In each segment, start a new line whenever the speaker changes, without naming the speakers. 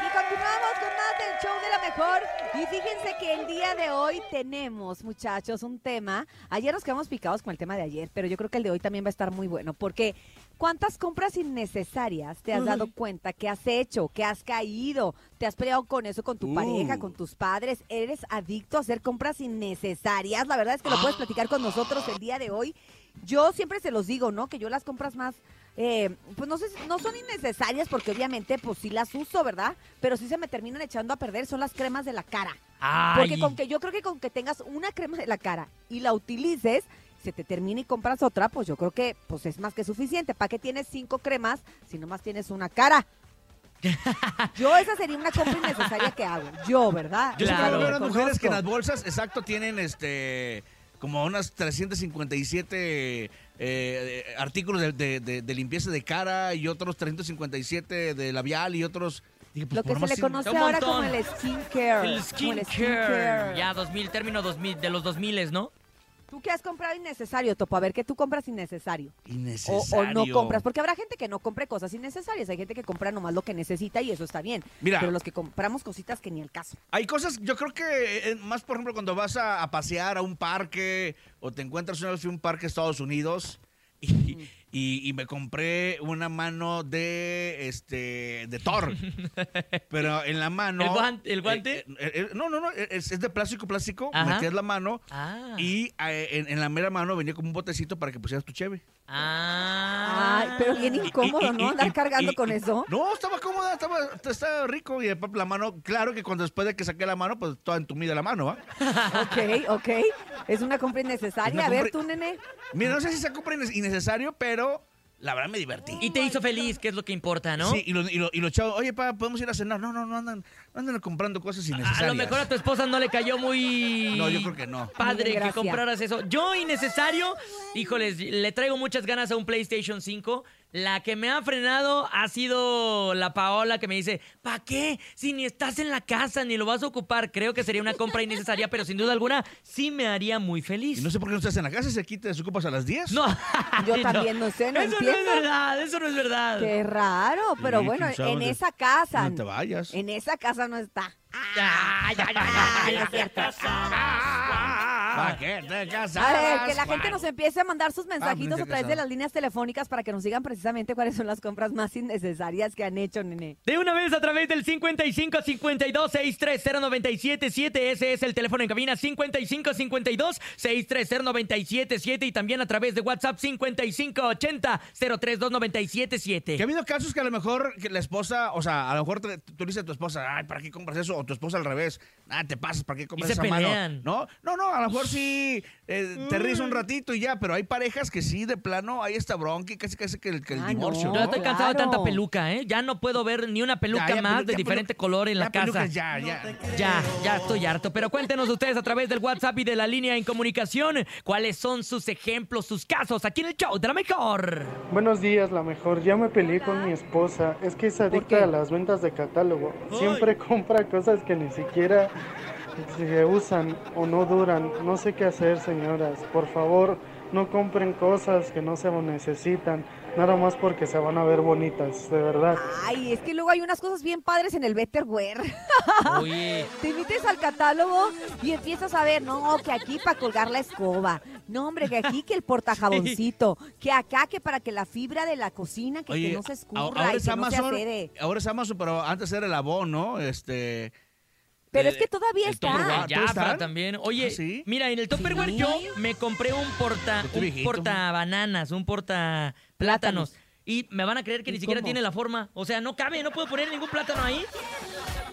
Continuamos con más del show de la mejor. Y fíjense que el día de hoy tenemos, muchachos, un tema. Ayer nos quedamos picados con el tema de ayer, pero yo creo que el de hoy también va a estar muy bueno, porque ¿cuántas compras innecesarias te has dado cuenta que has hecho, que has caído? ¿Te has peleado con eso, con tu
Uh.
pareja, con tus padres? ¿Eres adicto a hacer compras innecesarias? La verdad es que lo puedes platicar con nosotros el día de hoy. Yo siempre se los digo, ¿no? Que yo las compras más, eh, pues no sé, si- no son innecesarias porque obviamente pues sí las uso, ¿verdad? Pero sí se me terminan echando a perder, son las cremas de la cara. Porque
Ay.
con que yo creo que con que tengas una crema de la cara y la utilices, se te termina y compras otra, pues yo creo que pues es más que suficiente. ¿Para qué tienes cinco cremas si nomás tienes una cara? Yo esa sería una compra innecesaria que hago. Yo, ¿verdad?
Yo
Claro.
claro, veo a las mujeres que en las
Reconozco.
bolsas, exacto, tienen este como unas 357 eh, eh, artículos de, de- de- de limpieza de cara y otros 357 de labial y otros... Dije, pues,
Lo que
por
se
más
le
sin-
conoce
un
ahora
montón.
como el skincare.
El
como
skincare.
skincare.
Ya, 2000, término 2000, de los 2000, ¿no?
¿Tú qué has comprado innecesario, Topo? A ver, ¿qué tú compras innecesario? O- O,
Innecesario.
no compras, porque habrá gente que no compre cosas innecesarias, hay gente que compra nomás lo que necesita y eso está bien.
Mira.
Pero los que compramos cositas que ni el caso.
Hay cosas, yo creo que eh, más, por ejemplo, cuando vas a, a pasear a un parque o te encuentras una vez fui a un parque de Estados Unidos y, y- y me compré una mano de este de Thor, pero en la mano
¿El guante- el guante?
eh, eh, eh, no, no, no, es, es de plástico, plástico.
Ajá.
Metías la mano
Ah.
y eh, en, en la mera mano venía como un botecito para que pusieras tu cheve.
Ah.
Ay, pero bien incómodo,
y-
¿no?
y-
Andar
y-
cargando
y-
con
y-
eso.
No, estaba cómoda, estaba, estaba rico y después la mano, claro que cuando después de que saqué la mano, pues toda entumida la mano, ¿va?
ok, ok. Es una compra innecesaria.
Una
A ver,
compra-
tú, nene.
Mira, no sé si se compra inne- innecesario, pero la verdad me divertí.
Y te hizo feliz, que es lo que importa, ¿no?
Sí, y los y lo- y los chavos, oye, pa, podemos ir a cenar. No, no, no andan, no andan comprando cosas
A-
innecesarias.
A lo mejor a tu esposa no le cayó muy.
No, yo creo que no.
Muy
Padre, que
desgracia.
compraras eso. Yo, innecesario, híjoles, le traigo muchas ganas a un PlayStation 5. La que me ha frenado ha sido la Paola que me dice: ¿Para qué? Si ni estás en la casa ni lo vas a ocupar. Creo que sería una compra innecesaria, pero sin duda alguna sí me haría muy
Y
feliz.
no sé por qué no estás en la casa, si aquí te desocupas a las 10.
No.
Yo también no sé, no
Eso
entiendo.
no es verdad, eso no es verdad.
Qué raro, pero
Sí,
bueno,
quién sabe
en
dónde-
esa casa.
No te vayas.
En esa casa no está.
Ay, ay, ay,
Ah,
ay,
no es cierto.
Ah.
¿Para qué te casas?
A ver, que la gente nos empiece a mandar sus mensajitos
Ah,
a través
casada.
de las líneas telefónicas para que nos digan precisamente cuáles son las compras más innecesarias que han hecho, nene.
De una vez a través del 55 52 630 977 ese es el teléfono en cabina 55 52 630 977 y también a través de WhatsApp 55 80 032 977.
Que ha habido casos que a lo mejor que la esposa, o sea, a lo mejor te- tú le dices a tu esposa, ay, ¿para qué compras eso? O tu esposa al revés, ah, te pasas, ¿para qué compras
se
esa
pelean. Mm.
mano? No, no, no, a lo mejor sí eh, te ríes un ratito y ya, pero hay parejas que sí, de plano, hay esta bronca y casi casi que el, que el
Ah,
divorcio.
no.
Yo
¿no?
ya estoy cansado de
Claro.
tanta peluca, ¿eh? Ya no puedo ver ni una peluca
Ya, ya,
más
pelu-
de
ya,
diferente
pelu-
color en la
ya,
casa.
pelucas, Ya, ya.
Ya, ya estoy harto. Pero cuéntenos ustedes a través del WhatsApp y de la línea en comunicación cuáles son sus ejemplos, sus casos aquí en el show de la mejor.
Buenos días, la mejor. Ya me peleé con mi esposa. Es que es adicta
qué?
a las ventas de catálogo. Siempre compra cosas que ni siquiera se usan o no duran. No sé qué hacer, señoras. Por favor, no compren cosas que no se necesitan. Nada más porque se van a ver bonitas, de verdad.
Ay, es que luego hay unas cosas bien padres en el Betterware.
Oye.
Te metes al catálogo y empiezas a ver, no, que aquí para colgar la escoba, no, hombre, que aquí que el portajaboncito, que acá que para que la fibra de la cocina, que, que no se escurra
ahora
y
es
que no
Amazon,
se acede.
ahora es Amazon, pero antes era el abono, este...
Pero
eh,
es que todavía
el
está.
Tupperware. Ah,
Ya,
¿todos
pero
están?
también. Oye,
Ah, ¿sí?
mira, en el Tupperware
Sí.
yo me compré un porta,
Yo estoy
un
viejito.
porta bananas, un porta plátanos. Y me van a creer que
¿Y
ni siquiera
cómo?
tiene la forma. O sea, no cabe, no puedo poner ningún plátano ahí.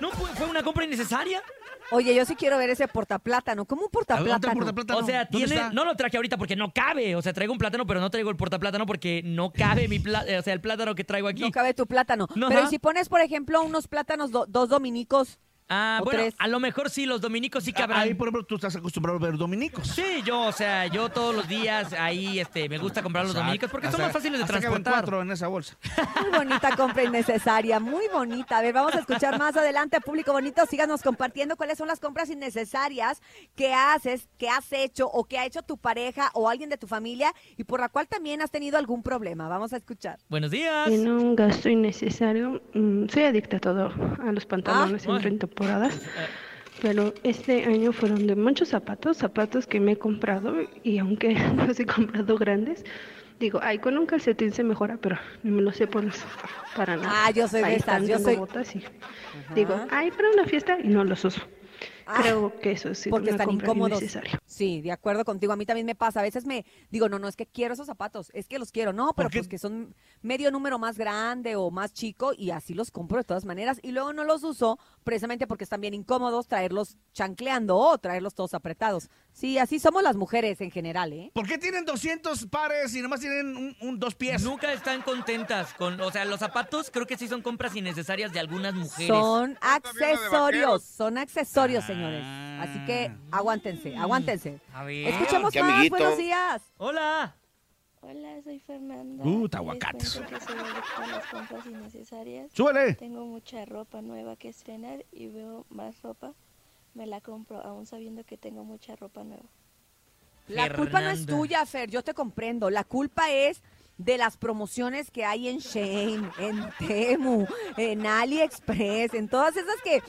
No pu- fue una compra innecesaria.
Oye, yo sí quiero ver ese portaplátano. ¿Cómo un
A ver, ¿dónde está
portaplátano?
el portaplátano?
o sea,
¿Dónde
tiene.
está?
No lo traje ahorita porque no cabe. O sea, traigo un plátano, pero no traigo el portaplátano porque no cabe mi pla- eh, O sea, el plátano que traigo aquí.
No cabe tu plátano.
No,
Pero ¿y
ajá.
si pones, por ejemplo, unos plátanos, do- dos dominicos?
Ah,
O
bueno,
tres.
a lo mejor sí, los dominicos sí cabrán.
Ah, Ahí, por ejemplo, tú estás acostumbrado a ver dominicos.
Sí, yo, o sea, yo todos los días ahí este, me gusta comprar los
Exacto.
dominicos porque son
Hasta-
más fáciles de
hasta caben
transportar.
cuatro en esa bolsa.
Muy bonita compra innecesaria, muy bonita. A ver, vamos a escuchar más adelante, público bonito. Síganos compartiendo cuáles son las compras innecesarias que haces, que has hecho o que ha hecho tu pareja o alguien de tu familia y por la cual también has tenido algún problema. Vamos a escuchar.
Buenos días.
En un gasto innecesario, mm, soy adicta a todo, a los pantalones
Ah,
bueno.
entre temporadas, pero este año fueron de muchos zapatos, zapatos que me he comprado y aunque no los he comprado grandes, digo, ay, con un calcetín se mejora, pero ni me lo sé poner para nada.
Ah, yo soy de
Ahí
esas,
están,
yo
tengo
soy-
botas y digo, ay, para una fiesta y no los uso.
Ah,
Creo que eso sí
porque
una
están
compra
incómodos.
innecesaria.
Sí, de acuerdo contigo. A mí también me pasa. A veces me digo, no, no, es que quiero esos zapatos, es que los quiero. No, pero
qué?
pues que son medio número más grande o más chico y así los compro de todas maneras. Y luego no los uso precisamente porque están bien incómodos traerlos chancleando o traerlos todos apretados. Sí, así somos las mujeres en general, ¿eh?
¿Por qué tienen 200 pares y nomás tienen un, un- dos pies?
Eh, Nunca están contentas con, o sea, los zapatos creo que sí son compras innecesarias de algunas mujeres.
Son
viendo de
accesorios,
vaqueros. Ah.
son accesorios,
Ah.
señores. Así que aguántense, aguántense.
A ver.
Escuchemos
Qué
más,
amiguito.
buenos días.
Hola.
Hola, soy Fernanda.
Uh,
Les
aguacates.
cuento que soy adicta a las compras innecesarias.
¡Súbele!
Tengo mucha ropa nueva que estrenar y veo más ropa. Me la compro aún sabiendo que tengo mucha ropa nueva.
La culpa no es
Fernanda.
tuya, Fer, yo te comprendo. La culpa es de las promociones que hay en Shane, en Temu, en AliExpress, en todas esas que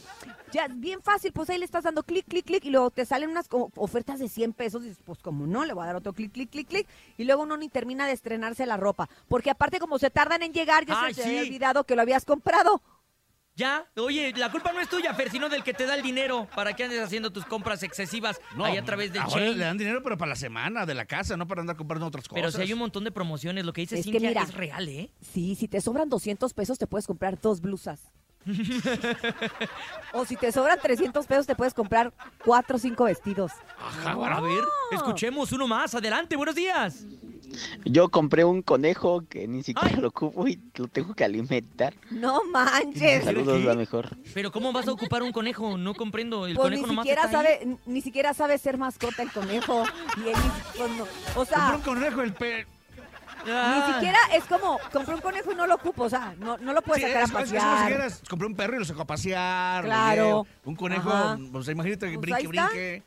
ya es bien fácil, pues ahí le estás dando clic, clic, clic y luego te salen unas co- ofertas de 100 pesos y dices, pues como no, le voy a dar otro clic, clic, clic, clic y luego uno ni termina de estrenarse la ropa, porque aparte como se tardan en llegar, ya
Ay,
se te había
Ah, sí.
olvidado que lo habías comprado.
Ya, oye, la culpa no es tuya, Fer, sino del que te da el dinero para que andes haciendo tus compras excesivas ahí a través del
ahora
chain.
le dan dinero, pero para la semana, de la casa, no para andar comprando otras cosas.
Pero si hay un montón de promociones, lo que dice
Es que
Cintia
mira.
es real, ¿eh?
Sí, si te sobran 200 pesos te puedes comprar dos blusas. o si te sobran 300 pesos te puedes comprar cuatro o cinco vestidos.
Ajá, a ver, escuchemos uno más. Adelante, buenos días.
Yo compré un conejo que ni siquiera
Ay.
lo ocupo y lo tengo que alimentar.
No manches.
Saludos,
aquí?
la mejor.
Pero ¿cómo vas a ocupar un conejo? No comprendo. El
Pues
conejo
ni
nomás
siquiera
está ahí.
sabe, n- ni siquiera sabe ser mascota el conejo. Y él ni- pues no. O
Compró
sea,
un conejo el pe...
Ah.
ni siquiera es como compré un conejo y no lo ocupo. O sea, no, no lo puedes
Sí,
sacar a
es- es- es como si
pasear.
dijeras, compré un perro y lo sacó a pasear. lo
Claro.
llevo. Un conejo,
Ajá.
pues imagínate que
Pues ahí
brinque,
está.
brinque.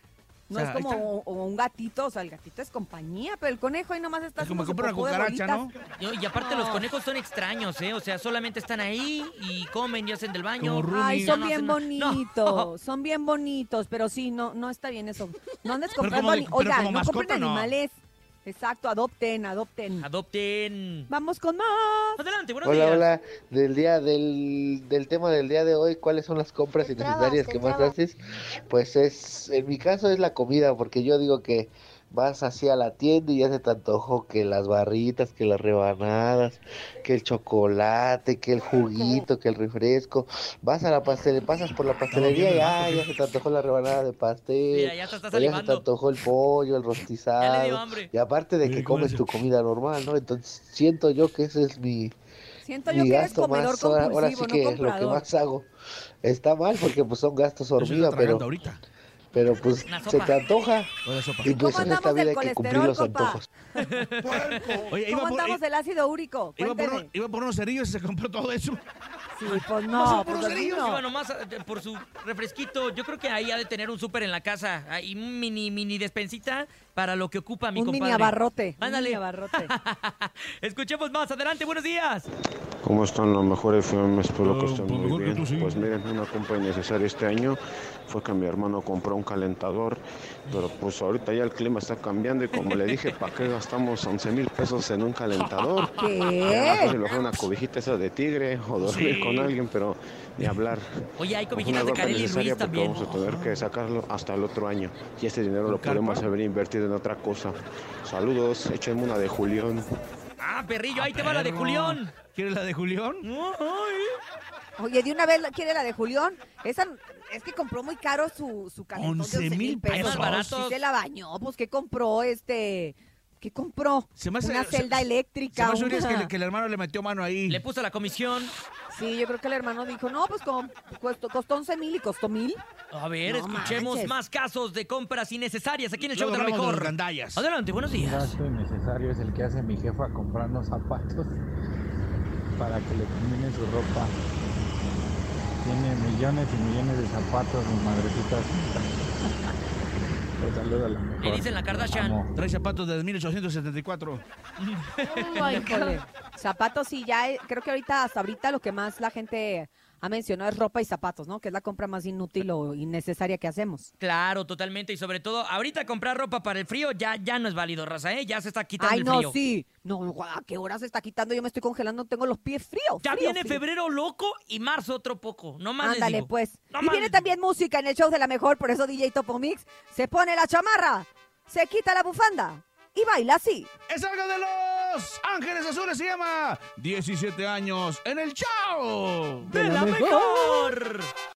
No
O
es
sea, ahí
como o- o un gatito. O sea, el gatito es compañía, pero el conejo ahí nomás está.
Es como
haciendo su
comprar una
popó de
cucaracha,
bolitas.
¿no?
Yo- Y aparte los
No.
conejos son extraños, ¿eh? O sea, solamente están ahí y comen y hacen del baño.
Como Rumi.
Ay,
No,
son
no,
bien
no.
bonitos, son bien bonitos, pero sí, no, no está bien eso. No andes comprando
como de-
ani-
pero
Oiga,
como
no compren
mascota, no.
animales. Exacto, adopten, adopten.
Adopten.
Vamos con más.
Adelante, buenos
Hola,
días.
hola. Del día del, del tema del día de hoy, ¿cuáles son las compras
Te trabas,
innecesarias
te
que más
trabas.
haces? Pues es, en mi caso es la comida, porque yo digo que vas hacia la tienda y ya se te antojó que las barritas, que las rebanadas, que el chocolate, que el juguito, que el refresco. Vas a la pastel, pasas por la pastelería y ah, ya se te antojó la rebanada de pastel.
Mira, ya te estás
o ya se te
salivando.
antojó el pollo, el
Ya le dio
rostizado.
hambre.
Y aparte de que comes tu comida normal, ¿no? Entonces siento yo que ese es mi
Siento yo
mi
que eres
gasto
comedor
más, ahora,
compulsivo,
ahora sí que
no
es lo que
comprador.
más hago. Está mal porque pues son gastos
Yo soy
hormiga,
tragando
pero,
ahorita.
pero pues
Una
se
sopa.
te antoja
O de sopa.
y pues
¿Cómo
en esta
andamos
vida
del
hay que cumplir
colesterol,
los
compa?
antojos.
Oye,
¿Cómo
iba por,
andamos
i-
del ácido úrico?
iba, por
Cuénteme.
un- iba por unos cerillos y se compró todo eso.
Sí, pues
son
no, pues
puros
los
cerillos,
niños.
Iba nomás a- de- eh, por su refresquito. Yo creo que ahí ha de tener un súper en la casa. Ahí un mini, mini despensita para lo que ocupa mi
un
compadre.
mini abarrote. un
Ándale.
mini abarrote.
Escuchemos más. Adelante, buenos días.
¿Cómo están los mejores FM? Espero que
Ah,
estén
pues mejor
muy
que
bien.
tú sí.
Pues miren, una compra innecesaria este año fue que mi hermano compró un calentador, pero pues ahorita ya el clima está cambiando y como le dije, ¿para qué gastamos 11 mil pesos en un calentador? Ya más
¿Qué?
fácil bajar una cobijita esa de tigre o dormir
Sí.
con alguien, pero ni hablar.
Oye, hay
Fue
cobijitas de
compra
Kareli
innecesaria
Ruiz
porque
también.
Vamos a tener que sacarlo hasta el otro año y ese dinero lo podemos haber invertido en otra cosa. Saludos, échenme una de Julián.
Ah, perrillo, ahí te va la de
Perro.
Julián.
¿Quieres la de Julián?
Ay.
Oye, de una vez la- quiere la de Julián. Esa es que compró muy caro su, su calentón de
11
11
mil
mil
pesos.
pesos.
Más baratos.
Sí se la bañó, pues que compró este, ¿qué compró?
Se me hace-
una
se-
celda
se
eléctrica.
me hace un día
una-
que, le- que el hermano le metió mano ahí.
Le puso la comisión.
Sí, yo creo que el hermano dijo, no, pues con- costó, costó 11 mil y costó mil.
A ver,
No
escuchemos
manches.
más casos de compras innecesarias aquí en el show
Luego
de la
hablamos de
mejor.
los gandallas.
Adelante, buenos
Un
días.
gasto innecesario es el que hace mi jefa comprando zapatos para que le combine su ropa. Tiene millones y millones de zapatos, mi madrecita. Pues saluda a la mejor.
Le dicen la Kardashian.
Amo.
Trae zapatos desde 1874.
Híjole, zapatos sí, ya eh, creo que ahorita, hasta ahorita lo que más la gente ha mencionado es ropa y zapatos, ¿no? Que es la compra más inútil o innecesaria que hacemos.
Claro, totalmente. Y sobre todo, ahorita comprar ropa para el frío ya, ya no es válido, raza, ¿eh? Ya se está quitando
Ay,
el
no,
frío.
sí. No, ¿a qué hora se está quitando? Yo me estoy congelando, tengo los pies fríos.
Ya
fríos,
viene
fríos.
febrero loco y marzo otro poco. No más les
Ándale,
digo.
pues.
No
y
más
viene
les digo.
también música en el show de la mejor, por eso DJ Topo Mix se pone la chamarra, se quita la bufanda y baila así.
Es algo de los Ángeles Azules, se llama 17 años en el chao.
¡De la mejor!